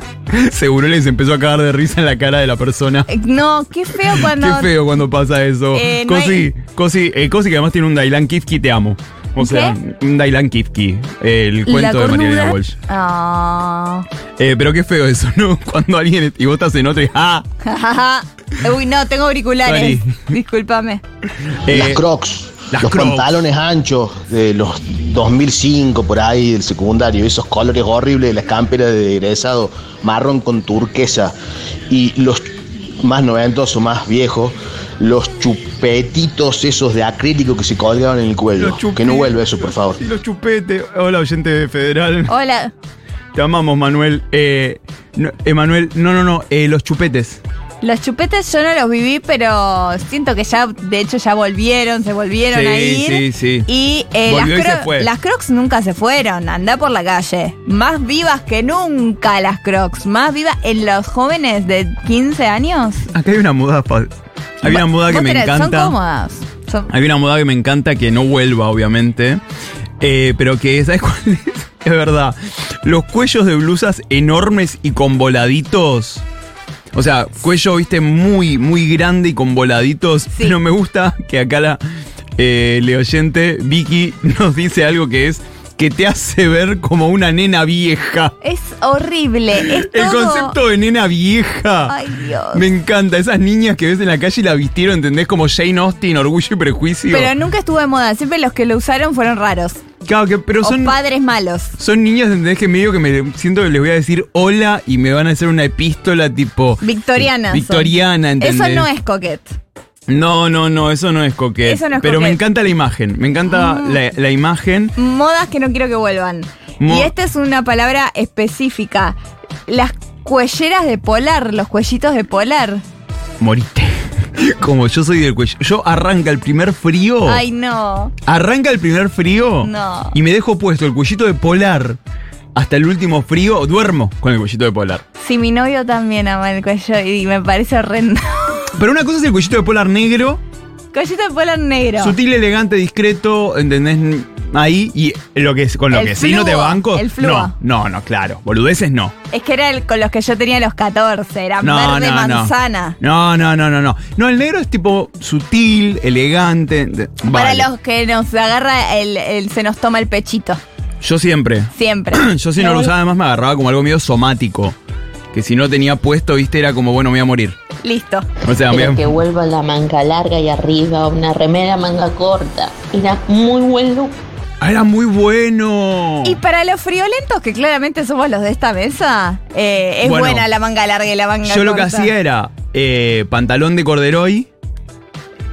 Speaker 2: Seguro les empezó a cagar de risa en la cara de la persona.
Speaker 1: Eh, No, qué feo cuando.
Speaker 2: [LAUGHS] Qué feo cuando pasa eso.
Speaker 1: Eh, no
Speaker 2: Cosi, Cosi, eh, Cosi que además tiene un Dailan Kifki, te amo. O sea, un Dailan Kifki, el cuento de Mariana
Speaker 1: cornuda.
Speaker 2: Walsh.
Speaker 1: Ah. [LAUGHS]
Speaker 2: Eh, pero qué feo eso, [LAUGHS] ¿no? Cuando alguien y vos estás en otro y ¡ah!
Speaker 1: Uy, no, tengo auriculares.
Speaker 6: Sorry.
Speaker 1: Discúlpame.
Speaker 6: las crocs. los
Speaker 2: Eh, Crocs.
Speaker 6: pantalones anchos de los 2005 por ahí del secundario, esos colores horribles de las camperas de egresado, marrón con turquesa. Y los más noventos o más viejos, los chupetitos esos de acrílico que se colgaban en el cuello. Que no vuelva eso, por favor.
Speaker 2: Y los chupetes. Hola, oyente federal.
Speaker 1: Hola.
Speaker 2: Te amamos, Manuel. Eh, no, Emanuel, no, no, no, eh, los chupetes.
Speaker 1: Los chupetes yo no los viví, pero siento que ya, de hecho, ya volvieron, se volvieron
Speaker 2: Sí,
Speaker 1: a ir.
Speaker 2: sí, sí.
Speaker 1: Y, eh, las,
Speaker 2: Volvió y se
Speaker 1: cro-
Speaker 2: fue.
Speaker 1: las crocs nunca se fueron, anda por la calle. Más vivas que nunca las crocs, más vivas en los jóvenes de 15 años.
Speaker 2: Acá hay una moda. pa- Hay una moda que
Speaker 1: Vos
Speaker 2: me
Speaker 1: tenés-
Speaker 2: encanta.
Speaker 1: Son cómodas. Son-
Speaker 2: Hay una moda que me encanta que no vuelva, obviamente. Eh, pero que, ¿sabes [LAUGHS] cuál es? Es verdad. Los cuellos de blusas enormes y con voladitos. O sea, cuello, viste, muy, muy grande y con voladitos. Pero me gusta que acá la eh, le oyente Vicky nos dice algo que es que te hace ver como una nena vieja.
Speaker 1: Es horrible. Es
Speaker 2: El
Speaker 1: todo-
Speaker 2: concepto de nena vieja.
Speaker 1: Ay, Dios.
Speaker 2: Me encanta. Esas niñas que ves en la calle y la vistieron, ¿entendés? Como Jane Austen, Orgullo y Prejuicio.
Speaker 1: Pero nunca estuvo de moda. Siempre los que lo usaron fueron raros.
Speaker 2: Claro que- pero
Speaker 1: o
Speaker 2: son,
Speaker 1: padres malos.
Speaker 2: son niñas, ¿entendés? Que medio que me siento que les voy a decir hola y me van a hacer una epístola tipo. eh,
Speaker 1: Victorianas. son.
Speaker 2: Victoriana, ¿entendés?
Speaker 1: Eso no es coquet.
Speaker 2: No, no, no, eso no es coquete.
Speaker 1: Eso no es
Speaker 2: pero me
Speaker 1: coquet. Ah.
Speaker 2: encanta la imagen. Me encanta la, la imagen.
Speaker 1: Modas que no quiero que vuelvan.
Speaker 2: Mo-
Speaker 1: y esta es una palabra específica. Las cuelleras de polar, los cuellitos de polar.
Speaker 2: Morite. [LAUGHS] Como yo soy del cuello. Yo arranca el primer frío.
Speaker 1: Ay, no.
Speaker 2: Arranca el primer frío.
Speaker 1: No.
Speaker 2: Y me dejo puesto el cuellito de polar. Hasta el último frío. Duermo con el cuellito de polar.
Speaker 1: Si mi novio también ama el cuello y me parece horrendo. [LAUGHS]
Speaker 2: Pero una cosa es el cuellito de polar negro.
Speaker 1: Cuellito de polar negro.
Speaker 2: Sutil, elegante, discreto, ¿entendés? Ahí, y lo que es, con lo
Speaker 1: El
Speaker 2: que sí no te
Speaker 1: fluo,
Speaker 2: banco.
Speaker 1: el fluo.
Speaker 2: No, no, no, claro. Boludeces no.
Speaker 1: Es que era el- con los que yo tenía los 14. Eran
Speaker 2: No,
Speaker 1: verde
Speaker 2: no, no.
Speaker 1: manzana.
Speaker 2: No, no, no, no, no. No, el negro es tipo sutil, elegante. de-
Speaker 1: Para
Speaker 2: vale.
Speaker 1: los que nos agarra el, el- se nos toma el pechito.
Speaker 2: Yo siempre. [CLEARS THROAT] [COUGHS]
Speaker 1: Siempre.
Speaker 2: Yo si no lo usaba, además me agarraba como algo medio somático. Que si no tenía puesto, viste, era como, bueno, me voy a morir.
Speaker 1: Listo.
Speaker 2: O sea, me
Speaker 7: Pero
Speaker 2: voy
Speaker 7: que
Speaker 2: a-
Speaker 7: vuelva la manga larga y arriba, una remera manga corta. Era muy buen look.
Speaker 2: Ah, era muy bueno.
Speaker 1: Y para los friolentos, que claramente somos los de esta mesa, eh, es
Speaker 2: Bueno,
Speaker 1: buena la manga larga y la manga
Speaker 2: Yo lo que
Speaker 1: corta.
Speaker 2: hacía era eh, pantalón de corderoy.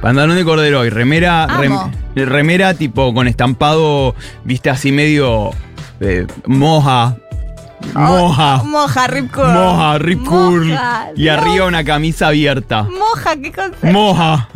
Speaker 2: Pantalón de corderoy, remera, rem-
Speaker 1: Amo.
Speaker 2: remera tipo con estampado, viste así medio eh, Moja. Moja.
Speaker 1: Oh, Moja, Rip Curl.
Speaker 2: Moja, Rip Curl.
Speaker 1: Moja,
Speaker 2: Y arriba una camisa abierta.
Speaker 1: Moja, qué concepto.
Speaker 2: Moja.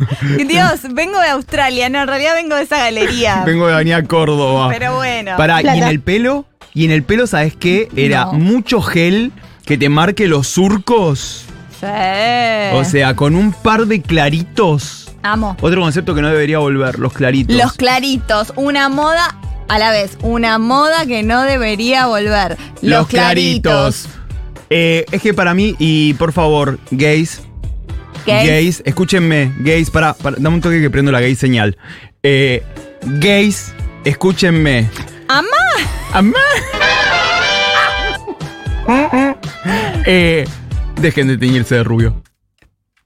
Speaker 1: Dios, vengo de Australia. No, en realidad vengo de esa galería.
Speaker 2: [LAUGHS] Vengo de Avenida Córdoba.
Speaker 1: Pero bueno.
Speaker 2: Pará, y en
Speaker 1: Plata.
Speaker 2: el pelo, y en el pelo, ¿sabes qué? Era
Speaker 1: No.
Speaker 2: mucho gel que te marque los surcos.
Speaker 1: Sí.
Speaker 2: O
Speaker 1: Eh.
Speaker 2: sea, con un par de claritos.
Speaker 1: Amo.
Speaker 2: Otro concepto que no debería volver, los claritos.
Speaker 1: Los claritos, una moda a la vez, una moda que no debería volver. Los,
Speaker 2: Los claritos. Eh, es que para mí, y por favor, gays.
Speaker 1: Gays.
Speaker 2: escúchenme, gays, para, dame un toque que prendo la gay señal. Eh, gays, escúchenme.
Speaker 1: ¡Amá!
Speaker 2: ¡Amá! [LAUGHS] Eh, dejen de teñirse de rubio.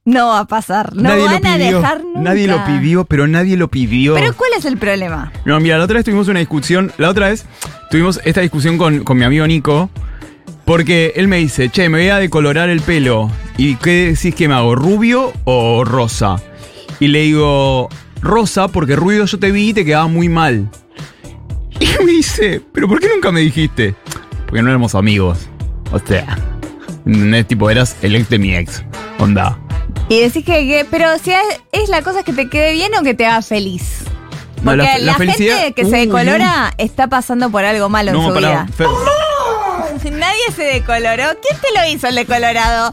Speaker 1: No va a pasar, no
Speaker 2: nadie
Speaker 1: van
Speaker 2: lo
Speaker 1: a
Speaker 2: pidió.
Speaker 1: dejar nunca.
Speaker 2: Nadie lo pidió, pero nadie lo pidió.
Speaker 1: Pero ¿cuál es el problema?
Speaker 2: No, mira, la otra vez tuvimos una discusión, la otra vez tuvimos esta discusión con, con mi amigo Nico, porque él me dice, che, me voy a decolorar el pelo. ¿Y qué decís que me hago, rubio o rosa? Y le digo, rosa, porque rubio yo te vi y te quedaba muy mal. Y me dice, pero ¿por qué nunca me dijiste? Porque no éramos amigos. O sea, ¿entendés? tipo, eras el ex de mi ex. Onda.
Speaker 1: Y decís que, que- pero si es, es la cosa que te quede bien o que te haga feliz.
Speaker 2: No,
Speaker 1: Porque
Speaker 2: la
Speaker 1: la,
Speaker 2: fe- la felicidad-
Speaker 1: gente que se
Speaker 2: Uy,
Speaker 1: decolora está pasando por algo malo en su
Speaker 2: pará,
Speaker 1: vida.
Speaker 2: Fer.
Speaker 1: Nadie se decoloró. ¿Quién te lo hizo el decolorado?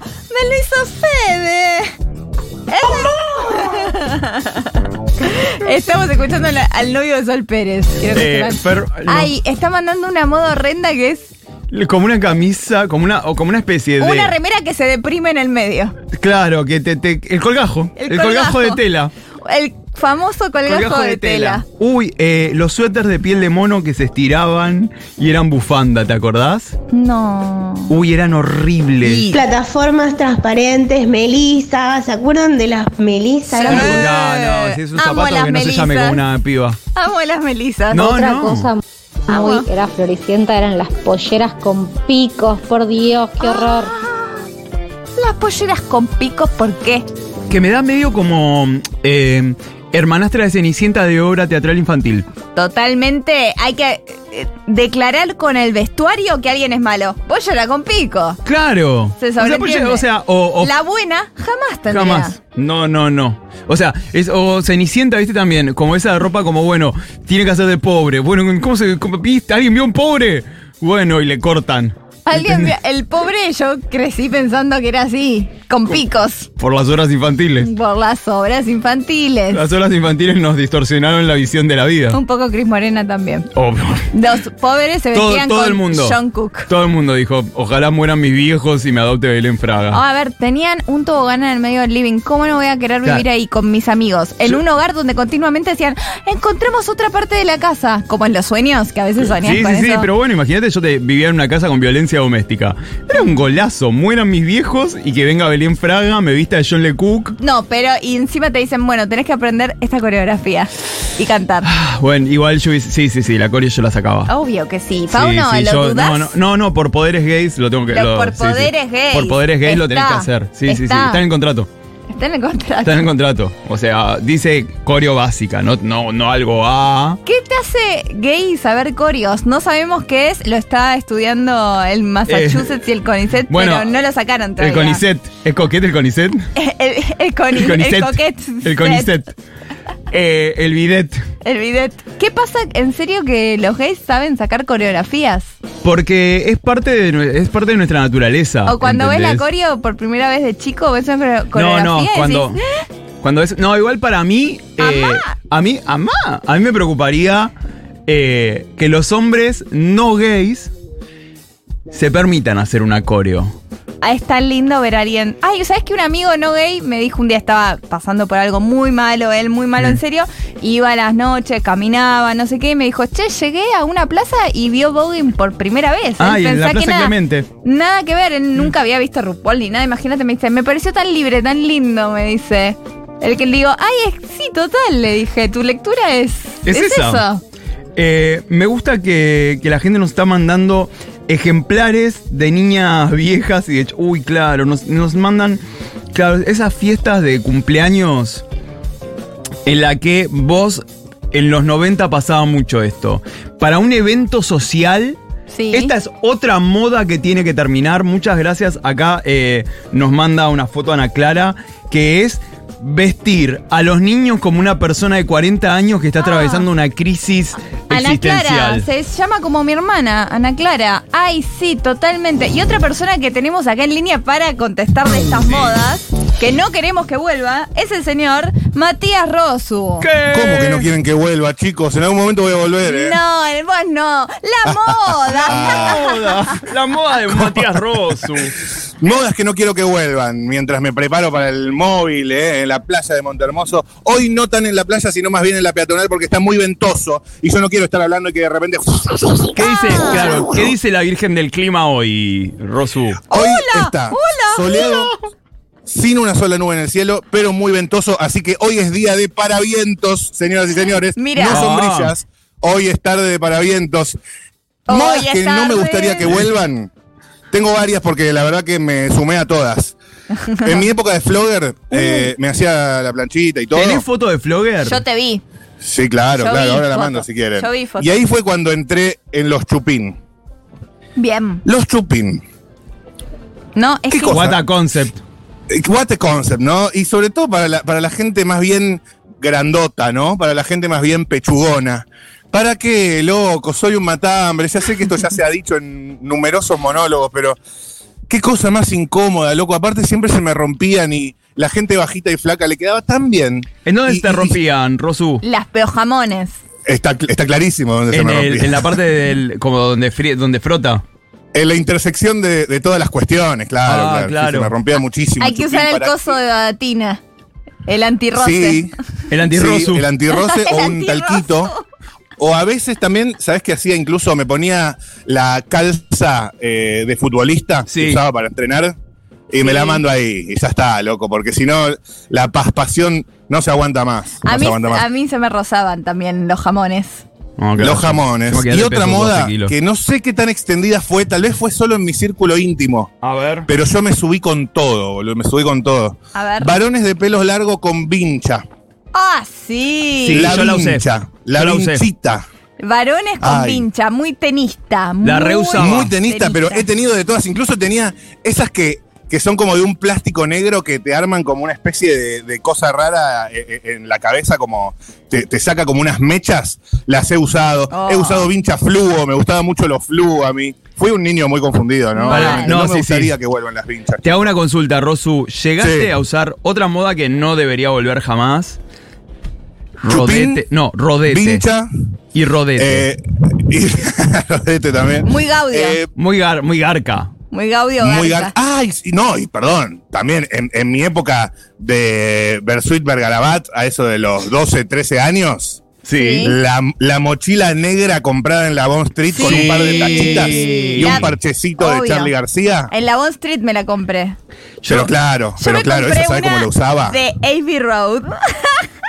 Speaker 1: Me lo hizo Fede. [LAUGHS] Ese- Estamos escuchando la- al novio de Sol Pérez. Quiero que
Speaker 2: Eh,
Speaker 1: sepan.
Speaker 2: Fer, no.
Speaker 1: Ay, está mandando una moda horrenda que es
Speaker 2: Como una camisa, como una, o como una especie de.
Speaker 1: una remera que se deprime en el medio.
Speaker 2: Claro, que te, te- el colgajo. El,
Speaker 1: El
Speaker 2: colgajo.
Speaker 1: colgajo.
Speaker 2: de tela.
Speaker 1: El famoso colgajo, de, tela.
Speaker 2: Uy, eh, los suéteres de piel de mono que se estiraban y eran bufanda, ¿te acordás?
Speaker 1: No.
Speaker 2: Uy, eran horribles.
Speaker 17: Plataformas transparentes, melisas, ¿se acuerdan de las melisas?
Speaker 2: No, no, si es un
Speaker 1: Eh, Amo
Speaker 2: zapato que
Speaker 1: las
Speaker 2: no se llame como
Speaker 1: melizas.
Speaker 2: una piba.
Speaker 1: Amo las melisas.
Speaker 2: No,
Speaker 9: Otra
Speaker 2: no.
Speaker 9: cosa
Speaker 10: Ah,
Speaker 9: muy era floricienta eran las polleras con picos, por Dios,
Speaker 10: Ah.
Speaker 9: qué horror.
Speaker 1: Las polleras con picos, ¿por qué?
Speaker 2: Que me da medio como eh, hermanastra de Cenicienta de obra teatral infantil.
Speaker 1: Totalmente. Hay que eh, declarar con el vestuario que alguien es malo. Pollera con pico.
Speaker 2: Claro.
Speaker 1: Se
Speaker 2: O sea,
Speaker 1: sobreentiende.
Speaker 2: porque- o sea, o- o-
Speaker 1: La buena jamás tendría.
Speaker 2: Jamás. No, no, no. O sea, es, o Cenicienta, viste también, como esa ropa como, bueno, tiene que hacer de pobre. Bueno, ¿cómo se. cómo- viste? ¿Alguien vio un pobre? Bueno, y le cortan.
Speaker 1: Alguien, vio- el pobre yo crecí pensando que era así, con picos,
Speaker 2: Por las horas infantiles.
Speaker 1: por las obras infantiles.
Speaker 2: Las horas infantiles nos distorsionaron la visión de la vida.
Speaker 1: Un poco Cris Morena también.
Speaker 2: Obvio.
Speaker 1: Los pobres se
Speaker 2: Todo,
Speaker 1: vestían
Speaker 2: todo
Speaker 1: con
Speaker 2: el mundo.
Speaker 1: John Cook.
Speaker 2: Todo el mundo dijo, ojalá mueran mis viejos y me adopte Belén Fraga.
Speaker 1: Ah, a ver, tenían un tobogán en el medio del living. ¿Cómo no voy a querer
Speaker 2: Claro.
Speaker 1: vivir ahí con mis amigos? En
Speaker 2: Yo-
Speaker 1: un hogar donde continuamente decían, encontramos otra parte de la casa. Como en los sueños, que a veces soñás
Speaker 2: Sí, sí,
Speaker 1: con
Speaker 2: sí,
Speaker 1: eso.
Speaker 2: pero bueno, imagínate, yo te vivía en una casa con violencia doméstica. Era un golazo, mueran mis viejos y que venga Belén Fraga, me vista de John Le Cook.
Speaker 1: No, pero y encima te dicen, bueno, tenés que aprender esta coreografía y cantar.
Speaker 2: Ah, Bueno, igual yo hubiese- sí, sí, sí, la core yo la sacaba.
Speaker 1: Obvio que sí.
Speaker 2: Sí,
Speaker 1: Fauno,
Speaker 2: sí,
Speaker 1: ¿lo
Speaker 2: yo-
Speaker 1: dudás?
Speaker 2: no, no, no, no, por poderes gays lo tengo que
Speaker 1: Lo-
Speaker 2: lo-
Speaker 1: por
Speaker 2: sí, sí.
Speaker 1: poderes gays.
Speaker 2: Por poderes gays lo tenés que
Speaker 1: Está,
Speaker 2: hacer. Sí, sí, sí,
Speaker 1: está.
Speaker 2: está en el contrato.
Speaker 1: Está en el contrato.
Speaker 2: Está en el contrato. O sea, dice coreo básica, no, no, no algo A.
Speaker 1: ¿Qué te hace gay saber corios? No sabemos qué es, lo está estudiando el Massachusetts y el CONICET,
Speaker 2: Eh, bueno,
Speaker 1: pero no lo sacaron
Speaker 2: El
Speaker 1: todavía.
Speaker 2: CONICET. ¿Es coquete el CONICET?
Speaker 1: [LAUGHS] El, [LAUGHS] el coni- el
Speaker 2: CONICET.
Speaker 1: coquet.
Speaker 2: El CONICET. Eh, el bidet.
Speaker 1: El bidet. ¿Qué pasa? ¿En serio que los gays saben sacar coreografías?
Speaker 2: Porque es parte de, nue- es parte de nuestra naturaleza.
Speaker 1: o cuando ves la
Speaker 2: Ah, ¿entendés?
Speaker 1: coreo por primera vez de chico, ves una coreo-
Speaker 2: No,
Speaker 1: coreografía
Speaker 2: no,
Speaker 1: y
Speaker 2: cuando.
Speaker 1: decís, "¿Eh?".
Speaker 2: Cuando es. No, igual para mí. eh, a mí, amá. A mí me preocuparía eh, que los hombres no gays se permitan hacer una coreo.
Speaker 1: "Ah, es tan lindo ver a alguien. Ay, ¿sabes que un amigo no gay me dijo un día estaba pasando por algo muy malo, él muy malo
Speaker 2: Mm.
Speaker 1: en serio? Iba a las noches, caminaba, no sé qué, y me dijo, che, llegué a una plaza y vio voguing por primera vez.
Speaker 2: Ay,
Speaker 1: Él
Speaker 2: Ah, en la
Speaker 1: pensaba
Speaker 2: Plaza
Speaker 1: que nada,
Speaker 2: Clemente.
Speaker 1: Nada que ver, él nunca había visto RuPaul ni nada, imagínate, me dice, me pareció tan libre, tan lindo, me dice. El que le digo, ay, es- sí, total, le dije, tu lectura es...
Speaker 2: Es esa.
Speaker 1: eso.
Speaker 2: Eh, me gusta que, que la gente nos está mandando ejemplares de niñas viejas y de hecho, uy, claro, nos, nos mandan, claro, esas fiestas de cumpleaños en la que vos en los 90 pasaba mucho esto. Para un evento social
Speaker 1: Sí.
Speaker 2: Esta es otra moda que tiene que terminar. Muchas gracias. Acá eh, nos manda una foto Ana Clara, que es vestir a los niños como una persona de 40 años que está atravesando una crisis
Speaker 1: Ana Clara,
Speaker 2: existencial.
Speaker 1: se llama como mi hermana, Ana Clara. Ay, sí, totalmente. Y otra persona que tenemos acá en línea para contestar de estas modas, que no queremos que vuelva, es el señor Matías Rosu.
Speaker 18: ¿Cómo que no quieren que vuelva, chicos? En algún momento voy a volver, ¿eh?
Speaker 1: No, el vos no.
Speaker 2: [LAUGHS]
Speaker 1: La moda.
Speaker 2: La moda de Matías Rosu.
Speaker 18: Modas que no quiero que vuelvan mientras me preparo para el móvil, ¿eh? en la playa de Montermoso. Hoy no tan en la playa, sino más bien en la peatonal porque está muy ventoso y yo no quiero estar hablando y que de repente.
Speaker 2: ¿Qué dice, claro, ¿qué dice la Virgen del Clima hoy, Rosu?
Speaker 18: Hoy está soleado, sin una sola nube en el cielo, pero muy ventoso. Así que hoy es día de paravientos, señoras y señores.
Speaker 1: Mira.
Speaker 18: No son
Speaker 1: Ah.
Speaker 18: brillas. Hoy es tarde de paravientos.
Speaker 1: Hoy
Speaker 18: Modas
Speaker 1: es
Speaker 18: que no me
Speaker 1: tarde.
Speaker 18: gustaría que vuelvan. Tengo varias porque la verdad que me sumé a todas. En mi época de flogger
Speaker 1: [LAUGHS]
Speaker 18: eh, me hacía la planchita y todo.
Speaker 2: ¿Tenés foto de flogger?
Speaker 1: Yo te vi.
Speaker 18: Sí, claro,
Speaker 1: Yo
Speaker 18: claro.
Speaker 1: vi
Speaker 18: Ahora la
Speaker 1: foto.
Speaker 18: mando si quieren.
Speaker 1: Yo vi foto.
Speaker 18: Y ahí fue cuando entré en los chupín.
Speaker 1: Bien.
Speaker 18: Los chupín.
Speaker 1: No, es
Speaker 18: ¿Qué
Speaker 1: que.
Speaker 18: cosa?
Speaker 2: What a concept.
Speaker 18: Eh, What a concept, ¿no? Y sobre todo para la, para la gente más bien grandota, ¿no? Para la gente más bien pechugona. ¿Para qué, loco? Soy un matambre. Ya sé que esto ya se ha dicho en numerosos monólogos, pero qué cosa más incómoda, loco. Aparte siempre se me rompían y la gente bajita y flaca le quedaba tan bien.
Speaker 2: ¿En dónde se te rompían, Rosu?
Speaker 1: Las peojamones.
Speaker 18: Está, está clarísimo dónde se
Speaker 2: En,
Speaker 18: me
Speaker 2: el-
Speaker 18: rompía.
Speaker 2: en la parte del. como donde, frie- donde frota.
Speaker 18: En la intersección de, de todas las cuestiones, claro,
Speaker 2: Ah,
Speaker 18: claro. sí,
Speaker 2: claro.
Speaker 18: se me rompía muchísimo.
Speaker 1: Hay que
Speaker 18: Chupín
Speaker 1: usar el
Speaker 18: para-
Speaker 1: coso de batina. El antirroce.
Speaker 18: Sí.
Speaker 1: [LAUGHS]
Speaker 2: El antirrosu.
Speaker 18: Sí, el antirroce
Speaker 1: El
Speaker 18: o un talquito. O a veces también, ¿sabes qué hacía? Incluso me ponía la calza eh, de futbolista que usaba para entrenar y me la mando ahí. Y ya está, loco, porque si no, la paspación no se aguanta más.
Speaker 1: A
Speaker 18: no
Speaker 1: mí,
Speaker 18: se aguanta más.
Speaker 1: a mí se me rozaban también los jamones.
Speaker 18: Los jamones.
Speaker 2: Tengo que
Speaker 18: Y
Speaker 2: darle
Speaker 18: otra
Speaker 2: peso,
Speaker 18: moda
Speaker 2: 12 kilos.
Speaker 18: que no sé qué tan extendida fue, tal vez fue solo en mi círculo íntimo.
Speaker 2: A ver.
Speaker 18: Pero yo me subí con todo, boludo, me subí con todo.
Speaker 1: A ver.
Speaker 18: Varones de pelos largos con vincha.
Speaker 1: Ah, sí.
Speaker 18: la
Speaker 2: yo la usé.
Speaker 18: vincha, la
Speaker 2: Yo la usé.
Speaker 18: vinchita.
Speaker 1: Varones con
Speaker 18: Ay.
Speaker 1: pincha, muy tenista.
Speaker 2: La
Speaker 1: muy
Speaker 2: reusaba.
Speaker 18: Muy tenista, pero he tenido de todas. Incluso tenía esas que, que son como de un plástico negro que te arman como una especie de, de cosa rara eh, eh, en la cabeza, como te, te saca como unas mechas. Las he usado.
Speaker 2: Oh.
Speaker 18: He usado vincha fluo, me gustaba mucho los fluo a mí. Fui un niño muy confundido, ¿no?
Speaker 2: Vale.
Speaker 18: Obviamente,
Speaker 2: No,
Speaker 18: No,
Speaker 2: sí,
Speaker 18: me gustaría
Speaker 2: sí.
Speaker 18: que vuelvan las vinchas.
Speaker 2: Te hago una consulta, Rosu. ¿Llegaste
Speaker 18: Sí.
Speaker 2: a usar otra moda que no debería volver jamás? Rodete. No, rodete.
Speaker 18: Vincha.
Speaker 2: Y rodete.
Speaker 18: Eh, [LAUGHS] y rodete también. Eh,
Speaker 1: Muy Gaudio.
Speaker 2: muy, gar- muy garca.
Speaker 1: Muy Gaudio.
Speaker 18: Muy
Speaker 1: Garca.
Speaker 18: gar- Ay, sí, no, y perdón. También en, en mi época de Bersuit Bergarabat, a eso de los 12, 13 años.
Speaker 1: Sí.
Speaker 18: La, la mochila negra comprada en la Bond Street con
Speaker 2: Sí.
Speaker 18: un par de tachitas y
Speaker 1: La-
Speaker 18: un parchecito
Speaker 1: Obvio.
Speaker 18: de Charlie García.
Speaker 1: En la Bond Street me la compré.
Speaker 18: pero claro,
Speaker 1: Yo
Speaker 18: Ah. pero
Speaker 1: me
Speaker 18: claro,
Speaker 1: compré
Speaker 18: ¿esa sabe cómo
Speaker 1: una
Speaker 18: lo usaba?
Speaker 1: De Abbey
Speaker 18: [LAUGHS]
Speaker 1: Road.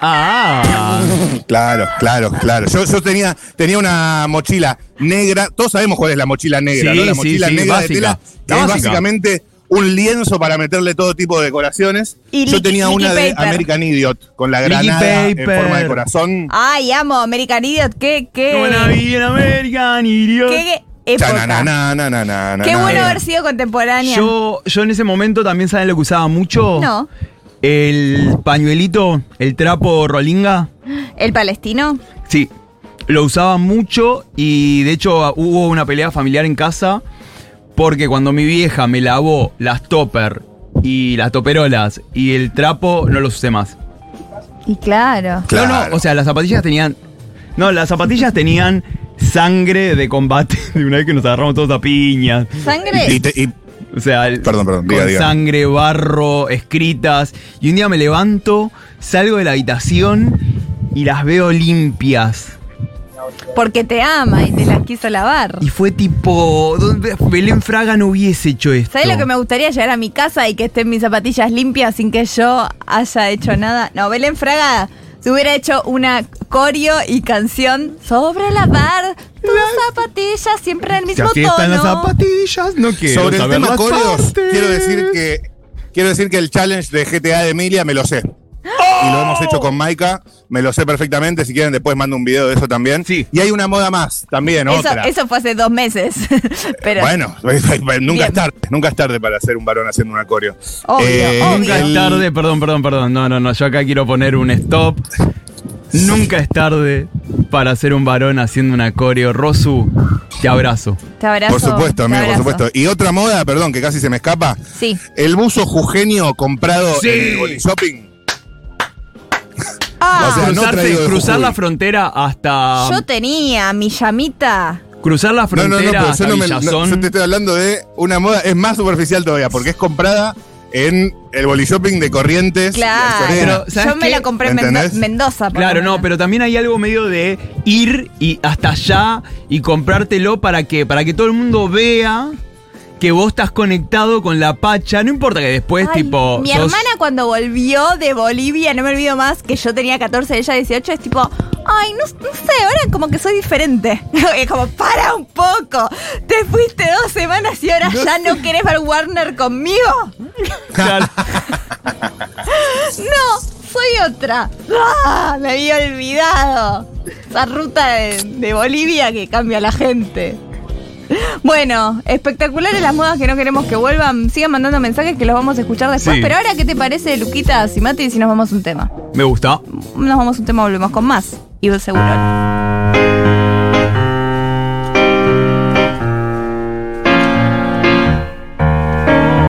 Speaker 2: Ah.
Speaker 18: Claro, claro, claro. Yo, yo tenía, tenía una mochila negra. Todos sabemos cuál es la mochila negra,
Speaker 2: Sí,
Speaker 18: ¿no? La
Speaker 2: sí,
Speaker 18: mochila
Speaker 2: sí,
Speaker 18: negra
Speaker 2: básica.
Speaker 18: de tela, que
Speaker 2: La
Speaker 18: es
Speaker 2: básica.
Speaker 18: básicamente un lienzo para meterle todo tipo de decoraciones.
Speaker 1: Y
Speaker 18: yo
Speaker 1: liqui-
Speaker 18: tenía una
Speaker 1: liqui
Speaker 18: de
Speaker 1: paper.
Speaker 18: American Idiot, con la
Speaker 2: Liqui
Speaker 18: granada en
Speaker 2: paper.
Speaker 18: forma de corazón.
Speaker 1: Ay, amo, American Idiot. Qué, qué.
Speaker 2: Qué buena vida en American Idiot.
Speaker 1: Qué época.
Speaker 18: Chanananananana.
Speaker 1: Qué bueno haber sido contemporánea.
Speaker 2: Yo, yo en ese momento también, ¿saben lo que usaba mucho?
Speaker 1: No.
Speaker 2: El pañuelito, el trapo rolinga.
Speaker 1: El palestino.
Speaker 2: Sí, lo usaba mucho y de hecho ah, hubo una pelea familiar en casa porque cuando mi vieja me lavó las topper y las toperolas y el trapo no los usé más.
Speaker 1: Y claro.
Speaker 2: No, no, o sea, las zapatillas tenían No, las zapatillas tenían sangre de combate [LAUGHS] de una vez que nos agarramos todos a piñas.
Speaker 1: Sangre.
Speaker 18: Y te- y-
Speaker 2: O sea, el-
Speaker 18: perdón, perdón, diga,
Speaker 2: con
Speaker 18: diga.
Speaker 2: sangre, barro, escritas. Y un día me levanto, salgo de la habitación y las veo limpias.
Speaker 1: Porque te ama y te las quiso lavar.
Speaker 2: Y fue tipo, ¿dónde- Belén Fraga no hubiese hecho esto.
Speaker 1: ¿Sabes lo que me gustaría llegar a mi casa y que estén mis zapatillas limpias sin que yo haya hecho nada? No, Belén Fraga se hubiera hecho una coreo y canción sobre lavar tus zapatillas siempre al mismo
Speaker 2: aquí
Speaker 1: tono.
Speaker 2: están las zapatillas, no quiero
Speaker 18: Sobre el
Speaker 2: saber
Speaker 18: tema
Speaker 2: las
Speaker 18: coreos,
Speaker 2: partes.
Speaker 18: quiero decir que quiero decir que el challenge de GTA de Emilia me lo sé. y lo hemos hecho con Maika. Me lo sé perfectamente. Si quieren, después mando un video de eso también. Y hay una moda más también,
Speaker 1: Eso,
Speaker 18: otra.
Speaker 1: eso fue hace dos meses. [LAUGHS] Pero,
Speaker 18: Bueno, [LAUGHS] nunca es tarde, nunca es tarde para hacer un varón haciendo un acorio. Eh,
Speaker 1: Obvio,
Speaker 2: Nunca es tarde, perdón, perdón, perdón. No, no, no. Yo acá quiero poner un stop. Nunca es tarde para ser un varón haciendo un acorio. Rosu, te abrazo.
Speaker 1: Te abrazo.
Speaker 18: Por supuesto,
Speaker 1: te
Speaker 18: amigo, por
Speaker 1: abrazo.
Speaker 18: supuesto. Y otra moda, perdón, que casi se me escapa.
Speaker 1: Sí.
Speaker 18: El buzo jujeño comprado en el Body Shopping. O sea, no
Speaker 2: Cruzarse-
Speaker 18: traído de
Speaker 2: cruzar
Speaker 18: Jujuy.
Speaker 2: la frontera hasta.
Speaker 1: Ah, Yo tenía mi llamita.
Speaker 2: Cruzar la
Speaker 18: No, no, no,
Speaker 2: frontera
Speaker 18: pero
Speaker 2: hasta
Speaker 18: yo, no me- no,
Speaker 2: Villazón.
Speaker 18: yo te estoy hablando de una moda, es más superficial todavía, porque es comprada en el Body Shopping de Corrientes. y
Speaker 1: Claro.
Speaker 18: Avellaneda.
Speaker 2: Pero, ¿sabes
Speaker 1: Yo me
Speaker 2: qué?
Speaker 1: la compré en Mendo-
Speaker 18: ¿Entendés?
Speaker 1: Mendoza. por
Speaker 2: Claro,
Speaker 1: lo
Speaker 2: no, pero también hay algo medio de ir y hasta allá y comprártelo para que, para que todo el mundo vea que vos estás conectado con la pacha. No importa que después,
Speaker 1: Ay,
Speaker 2: tipo.
Speaker 1: Mi
Speaker 2: sos-
Speaker 1: hermana cuando volvió de Bolivia, no me olvido más, que yo tenía 14 y ella 18, es tipo, ay, no, no sé, ahora como que soy diferente. [LAUGHS] Es como, para un poco, te fuiste dos semanas y ahora ya no querés ver Warner conmigo. No, soy otra. ¡Ah! me había olvidado. Esa ruta de, de Bolivia que cambia a la gente. Bueno, espectaculares las modas que no queremos que vuelvan. Sigan mandando mensajes que los vamos a escuchar después.
Speaker 2: Sí.
Speaker 1: Pero ahora, ¿qué te parece, Luquita, Simati, si nos vamos a un tema?
Speaker 2: [LAUGHS] Me gusta.
Speaker 1: Nos vamos a un tema, volvemos con más. Y seguro.